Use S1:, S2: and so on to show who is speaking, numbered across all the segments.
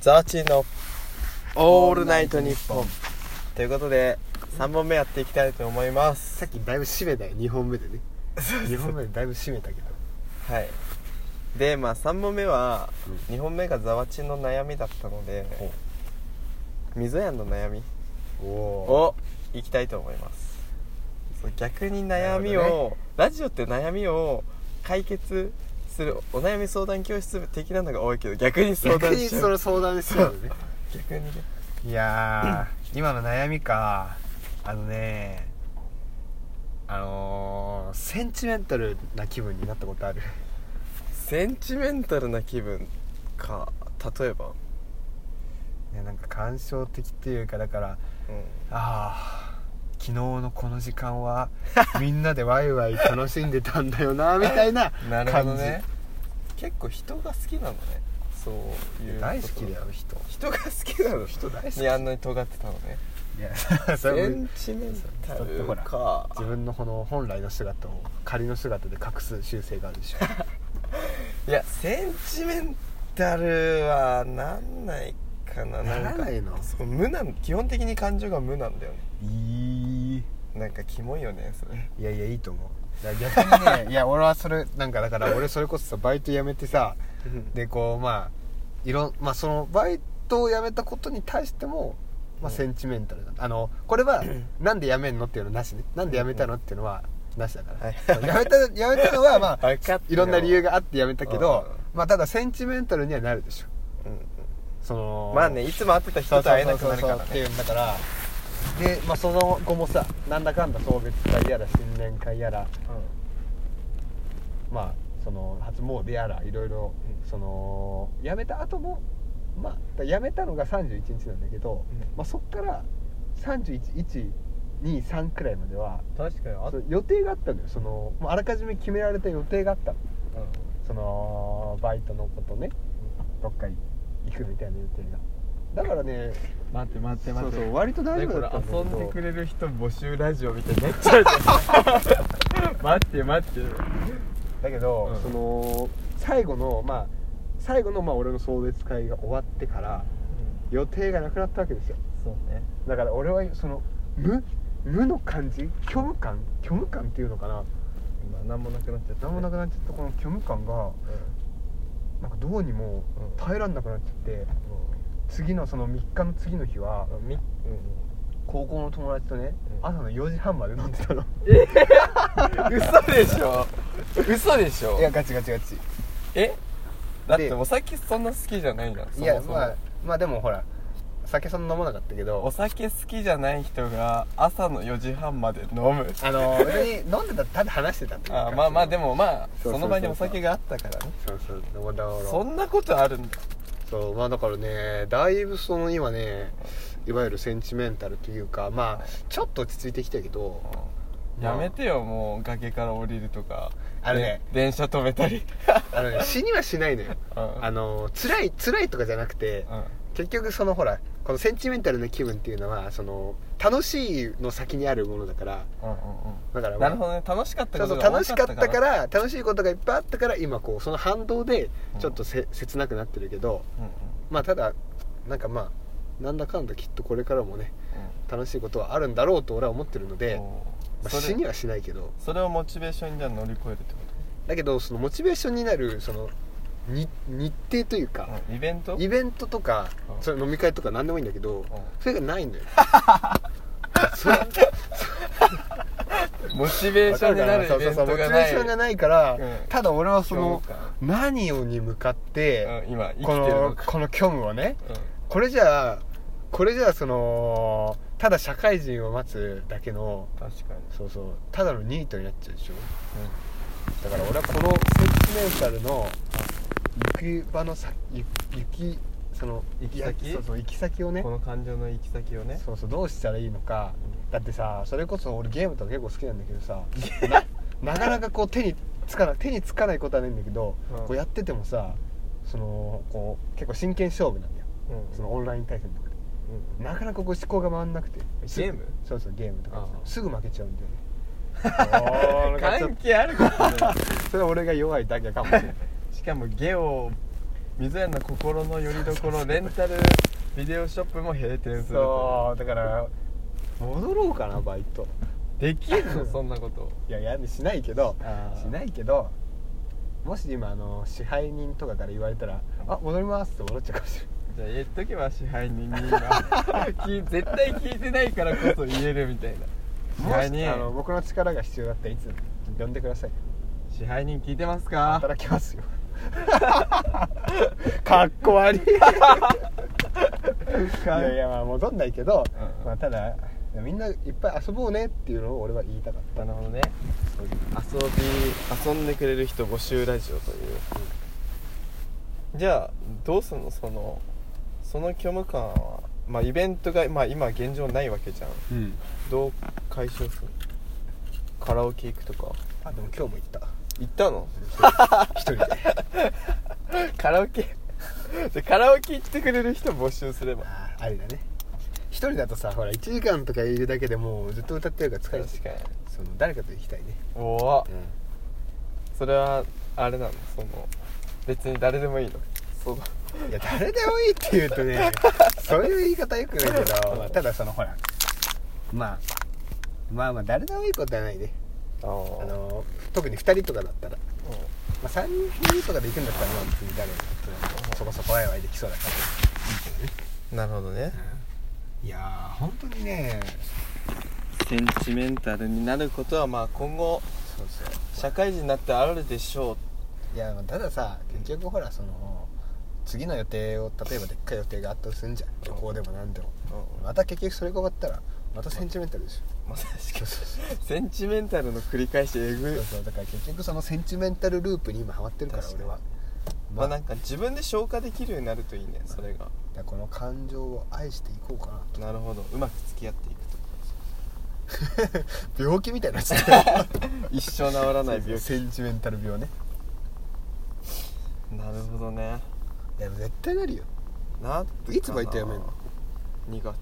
S1: ザーチーの
S2: オールナイトニッポン
S1: ということで3本目やっていきたいと思います
S2: さっきだいぶ締めたよ2本目でね2本目でだいぶ締めたけど
S1: はいでまあ3本目は2本目がザワチの悩みだったので
S2: ほ
S1: 溝やんの悩み
S2: おお
S1: をいきたいと思いますそう逆に悩み
S2: なる
S1: を、ラジオって悩みを解決するお悩み相談教室的なのが多いけど逆に相
S2: 逆
S1: 談
S2: に
S1: しちゃ
S2: そうの相談ですよね
S1: 逆にね
S3: いやー今の悩みかあのねあのー、
S2: センチメンタルな気分になったことある
S1: センチメンタルな気分か例えば
S3: いやなんか感傷的っていうかだから
S1: う
S3: ああ昨日のこの時 間はみんなでワイワイ
S2: 楽しんでたんだよなみたい な
S1: んなるほど
S2: 感じ
S1: ね結構人が好きなのねそういう
S3: 大好きだ
S1: よ
S3: よ人
S1: 人が好きなの
S2: 人大好き
S1: にあんなに尖ってたのね
S3: いや そ
S1: セ
S3: れ
S1: ン
S3: も
S1: チメンタ
S3: 人って
S1: ル
S3: ほら
S1: か
S2: 自分のこの本来の姿を仮の姿で隠す習性があるでしょ
S1: いやセンチメンタルはなんないかななん
S2: な
S1: か
S2: らないの
S1: そう無なん基本的に感情が無なんだよね
S3: いい
S1: なんかキモいよねそれ
S3: いやいやいいと思うだから逆にね いや俺はそれなんかだから俺それこそさバイト辞めてさでこうまあいろんまあそのバイトを辞めたことに対しても、まあ、
S1: うん
S3: センチメンタルだあのこれ はなんで辞めんのっていうのなしねなんで辞めたのっていうのはなしだから、
S1: はい
S3: 辞めた辞めたのはまあ
S1: 分かって
S3: いろんな理由があって辞めたけど
S1: う
S3: まあただセンチメンタルにはなるでしょ
S1: うんうん
S3: その
S1: まあねいつも会ってた
S3: そう
S1: 人と
S3: そう
S1: 会え
S3: そ
S1: な
S3: う
S1: く
S3: そ
S1: な
S3: う
S1: るから
S3: ってい
S1: ね
S3: うんだからで、まあ、その後もさなんだかんだ送別会やら新年会やらまあその初詣やらいろいろ
S1: うん
S3: その辞めた後もまあだ辞めたのが31日なんだけど、
S1: うん
S3: まあ、そっから31123くらいまでは
S1: 確かに
S3: そう予定があったのよそのもうあらかじめ決められた予定があったのそのバイトのことねどっか行くみたいな予定がだからね
S1: 待って待って
S3: そうそう割と大丈夫だったんだけど
S1: れる人募集ラジオみたいになっちゃう じゃん待って待って
S3: だけど、
S1: うん
S3: その最後のまあ最後のまあ俺の送別会が終わってから予定がなくなったわけですよ
S1: そうね
S3: だから俺はその無無の感じ虚無感虚無感っていうのかな
S1: 今何もなくなっちゃった
S3: 何もなくなっちゃったこの虚無感がなんかどうにも
S1: うん
S3: 耐えらんなくなっちゃって、次のその3日の次の日は
S1: うんみうん
S3: 高校の友達とね、
S1: うん
S3: 朝の4時半まで飲んでたの
S1: 嘘でしょ嘘でしょ
S3: いやガチガチガチ
S1: えだってお酒そんな好きじゃないじゃんそもそも
S3: いやまあまあでもほら酒そんな飲まなかったけど
S1: お酒好きじゃない人が朝の4時半まで飲む
S3: あの別に飲んでたただ話してたっていうか
S1: あまあまあでもまあ
S3: そうそうそうそう
S1: その場にお酒があったからね
S3: そうそうそうだから
S1: そんなことあるんだ
S3: そうまあだからねだいぶその今ねいわゆるセンチメンタルというかまあちょっと落ち着いてきたけど
S1: やめてよもう崖から降りるとか
S3: あれね
S1: で電車止めたり
S3: あのね死にはしないのよ
S1: うん
S3: あの辛い辛いとかじゃなくて
S1: うん
S3: 結局そのほらこのセンチメンタルな気分っていうのはその楽しいの先にあるものだから
S1: うんうん
S3: だから、
S1: うん
S3: まあ
S1: なるほどね楽しかった
S3: そ
S1: こと
S3: うそう
S1: が多
S3: 楽しかったからら楽しいことがいっぱいあったから今こうその反動でちょっとせ、切なくなってるけど
S1: うんうん
S3: まあただなんかまあなんだかんだきっとこれからもね
S1: うん
S3: 楽しいことはあるんだろうと俺は思ってるので、まあ
S1: そ
S3: 死
S1: れ
S3: にはしないけど
S1: それをモチベーションにじゃあ乗り越えるってこ
S3: だけどそのモチベーションになるそのに日程というか、
S1: と、うんイベント
S3: イベントとか、
S1: うん
S3: それ飲み会とか何でもいいんだけど、
S1: う
S3: それがないんだよそれ
S1: モチベーションになるイベント
S3: モチベ
S1: が
S3: ー
S1: ない
S3: ションがないから、
S1: うん
S3: ただ俺はその
S1: 虚無感
S3: 何をに向かって、
S1: うん今生きて
S3: こ
S1: るの
S3: の
S1: か
S3: この虚無をねこれじゃあこれじゃあそのただ社会人を待つだけの
S1: うん、確かに、
S3: そうそうただのニートになっちゃうでしょだから俺はこのセンチメンタルの行き場のさ行きその
S1: 行き先
S3: いやそうそう行き先をね
S1: この感情の行き先をね
S3: そうそうどうしたらいいのかだってさそれこそ俺ゲームとか結構好きなんだけ どさななかなかこう手につかない手につかないことはないんだけど、
S1: うん
S3: こうやっててもさそのこう結構真剣勝負なんだよ
S1: うん、うん
S3: そのオンライン対戦とかで
S1: うん
S3: なかなかこう思考が回んなくてす
S1: ゲーム
S3: そうそうゲームとか
S1: ああ
S3: すぐ負けちゃうんだよねおー なんかちょっ
S1: 関係あるかもね
S3: とそれは俺が弱いだけかもしれない
S1: しかもゲオ水屋の心の拠り所レンタルビデオショップも閉店すると
S3: そうだから戻ろうかなバイト
S1: できるのそんなこと
S3: いやいやしないけどし
S1: い
S3: ないけどもし今あの支配人とかから言われたら「あ戻ります」って戻っちゃうかもしれない
S1: じゃあ言っとけば支配人に今 聞い絶対聞いてないからこそ言えるみたいな支配
S3: もしあの
S1: 人
S3: 僕の力が必要だったらいつ呼んでください
S1: 支配人聞いてますか
S3: 働 きますよかっこ悪いいやいやまあ戻んないけど、
S1: うん
S3: まあ、ただみんないっぱい遊ぼうねっていうのを俺は言いたかっ
S1: なるほどね
S3: たそういう
S1: 遊び遊んでくれる人募集ラジオという、じゃあどうすんのそのその虚無感はまあイベントが、まあ、今現状ないわけじゃん
S3: うん
S1: どう解消するカラオケ行くとか
S3: あでも今日も行った
S1: 行ったの
S3: 一人で
S1: カラオケ でカラオケ行ってくれる人募集すれば
S3: ああありだね一人だとさほら1時間とかいるだけでもうずっと歌ってるから疲
S1: 確
S3: れて
S1: かに
S3: その誰かと行きたいね
S1: おお
S3: うん
S1: それはあれなのその別に誰でもいいのその
S3: いや誰でもいいって言うと ねそういう言い方よくないけど、まあただそのほらまあまあまあ誰でもいいことはないね
S1: あ
S3: あ
S1: の
S3: の特に2人とかだったら、まあ、3人とかで行くんだったらまあ別に誰だってそこそこワイワイできそうだから
S1: なるほどね
S3: いやー本当にね
S1: センチメンタルになることはまあ今後
S3: そうそう
S1: 社会人になってあるでしょ
S3: いやたださ結局ほらその次の予定を例えばでっかい予定があったとするんじゃん旅行でも何でも
S1: う、
S3: また結局それが終わったらまたセンチメンタ ルでしょ
S1: まあ確かにセンチメンタルの繰り返しえぐい
S3: そうそうだから結局そのセンチメンタルループに今ハマってるから
S1: 確か
S3: 俺
S1: に
S3: は
S1: まあなん
S3: だ
S1: か
S3: か
S1: 自分で消化できるようになるといいねそれが
S3: らこの感情を愛していこうか な
S1: なるほどうまく付き合っていくと
S3: と病気みたいになっちゃった
S1: 一生治らない病気
S3: センチメンタル病ね
S1: なるほどね
S3: いやでも絶対なるよ
S1: なっ
S3: いつバイト辞めんの
S1: 2月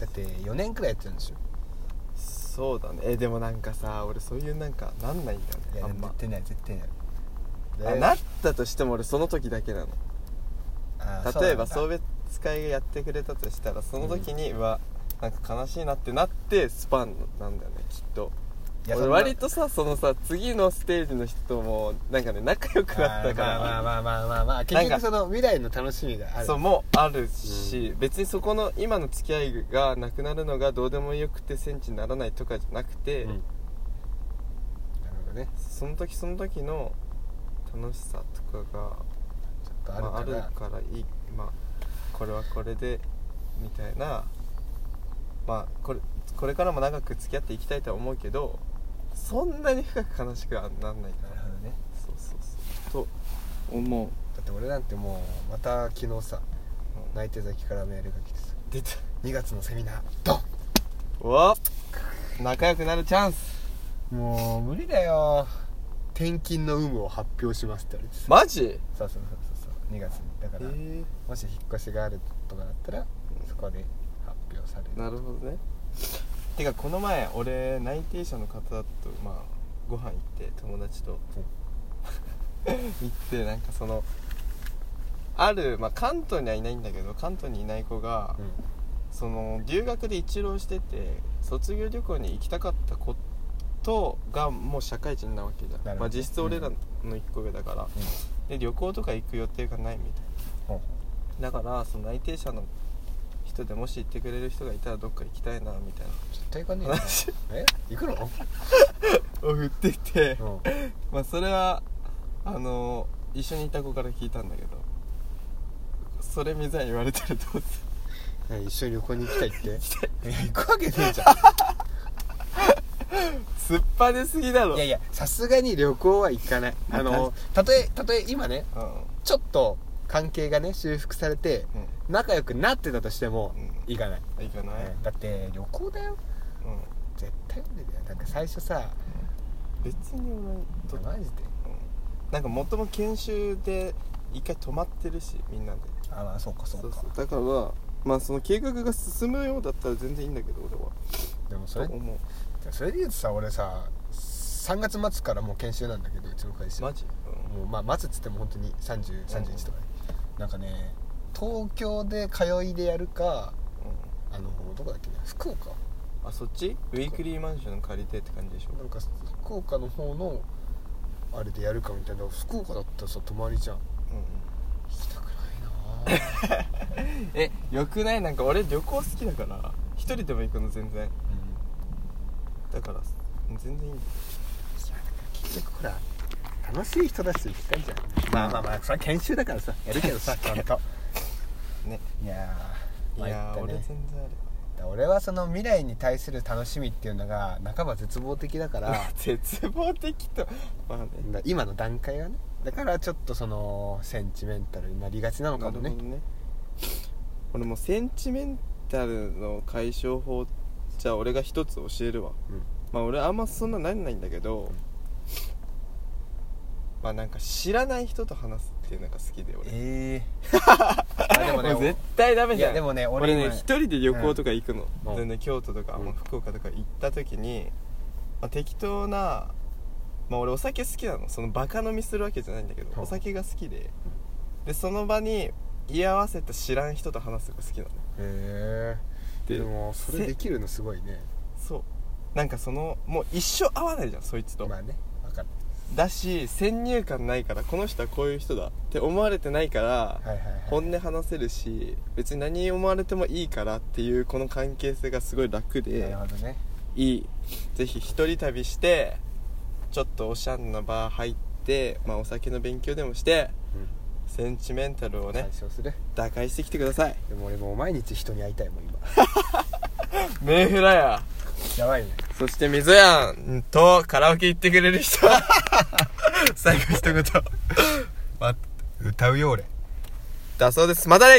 S3: だって4年くらいやってるんでしょ
S1: そうだねえでもなんかさ俺そういうなんかなんないんだよ
S3: い
S1: ね
S3: や
S1: あん
S3: 絶
S1: ま
S3: 対ない絶対ない
S1: あなったとしても俺その時だけなの
S3: あ
S1: 例えば送
S3: う
S1: 別会がやってくれたとしたらその時にはなんか悲しいなってなってスパンなんだよねきっと
S3: なんだいやそ
S1: 俺
S3: んな
S1: 割とさそのさ次のステージの人もなんかね仲良くなったか
S3: あーまあ
S1: ら
S3: まあまあまあまあまあ結局その未来の楽しみがある
S1: そうもあるし別にそこの今の付き合いがなくなるのがどうでもよくてセンチにならないとかじゃなくて
S3: うんなるほどね
S1: その時その時の楽しさとかが
S3: ちょっとある
S1: まああ
S3: か
S1: る
S3: ら、
S1: からいいまあこれはこれでみたいなまあこれこれからも長く付き合っていきたいとは思うけどそんなに深く悲しくはなんないか
S3: なる
S1: ら
S3: ほどね
S1: そうそうそうと思う
S3: だって俺なんてもうまた昨日さ内定先からメールが来てさ
S1: 出た
S3: 2月のセミナード
S1: うわ仲良くなるチャンス
S3: ンもう無理だよ転勤の有無を発表しますって言われてさ
S1: マジ
S3: そうそうそうそうそう2月にだから、
S1: え
S3: もし引っ越しがあるとかだったらそこで発表される
S1: なるほどねてかこの前俺内定者の方とまあご飯行って友達と行ってなんかそのある、まあ、関東にはいないんだけど関東にいない子が、
S3: うん
S1: その留学で一浪してて卒業旅行に行きたかった子とがもう社会人なわけじゃん、
S3: なるほど
S1: まあ、実質俺らの1個上だから、で旅行とか行く予定がないみたいな
S3: ほう
S1: だからその内定者の人でもし行ってくれる人がいたらどっか行きたいなみたい
S3: 絶対行かねえ
S1: な
S3: よ
S1: 話
S3: え行くの、
S1: を振ってて、
S3: うん、
S1: まあそれはあの一緒にいた子から聞いたんだけどそれ水谷言われたらどうす
S3: 何一緒に旅行に行きたいって 行きたいや行くわけねえじゃ
S1: る突っ張りすぎだろ
S3: んいやいやさすがに旅行は行かないあのたとえたとえ今ね
S1: うんうん
S3: ちょっと関係がね修復されて仲良くなってたとしても
S1: うん
S3: 行かない、
S1: 行かない、
S3: だって旅行だよ
S1: うん
S3: 絶対無理だよなんか最初さ
S1: 別に俺と
S3: マジで
S1: なんかもとも研修で一回泊まってるしみんなで
S3: あまあそうかそうか
S1: そうそうだからまあその計画が進むようだったら全然いいんだけど俺は
S3: でもそれ
S1: と思う
S3: それで言うとさ俺さ3月末からもう研修なんだけどうちの会社
S1: マジ、うん
S3: もうまあ待つっつっても本当に3031とかね、なんかね東京で通いでやるかあのどこだっけね福岡
S1: うん、あそっちウィークリーマンション借りてって感じでしょ
S3: なんか福岡の方のあれでやるかみたいな福岡だったらさ泊まりじゃん行
S1: うんうん
S3: きたくないなぁ
S1: えよくないなんか俺旅行好きだから一人でも行くの全然
S3: うん
S1: だから全然いいんだよ
S3: 結局ほら楽しい人だし行きたいじゃんまあまあまあそれは研修だからさやるけど さちゃんと
S1: ね
S3: いやー
S1: いやー、
S3: 参った
S1: 俺
S3: ね
S1: 全然ある
S3: だ俺はその未来に対する楽しみっていうのが半ば絶望的だから
S1: あ 絶望的とまあね
S3: だ今の段階はねだからちょっとそのセンチメンタルになりがちなの
S1: な
S3: か
S1: る
S3: も
S1: ほど
S3: ね
S1: ね俺もうセンチメンタルの解消法じゃあ俺が一つ教えるわ、
S3: うん
S1: まあ俺あんまそんななんないんだけどまあなんか知らない人と話すっていうのが好きで俺
S3: ええあでもね
S1: もう絶対ダメ
S3: い
S1: じゃん
S3: やでもね俺
S1: 俺ね
S3: 今
S1: 一人で旅行とか行くの、
S3: うん
S1: 全然京都とか、
S3: うん
S1: まあ福岡とか行った時に、まあ、適当なまあ俺お酒好きなのそのバカ飲みするわけじゃないんだけど、
S3: うん
S1: お酒が好きででその場に居合わせた知らん人と話すのが好きなの
S3: へえ
S1: で
S3: でもそれ
S1: せ
S3: できるのすごいね
S1: そうなんかそのもう一生会わないじゃんそいつと、
S3: まあねわかる
S1: だし先入観ないからこの人はこういう人だって思われてないから、
S3: はいはいはい
S1: 本音話せるし別に何思われてもいいからっていうこの関係性がすごい楽で、
S3: なるほどね
S1: いいぜひ一人旅してちょっとおしゃんなバー入って、まあ、お酒の勉強でもしてセンチメンタルを
S3: 解
S1: ね
S3: 消する
S1: 打開してきてください
S3: でも俺もう毎日人に会いたいもん今
S1: メンヘラや
S3: やばいね
S1: そして水やんとカラオケ行ってくれる人 最後一言
S3: 歌うよ俺
S1: だそうですまたね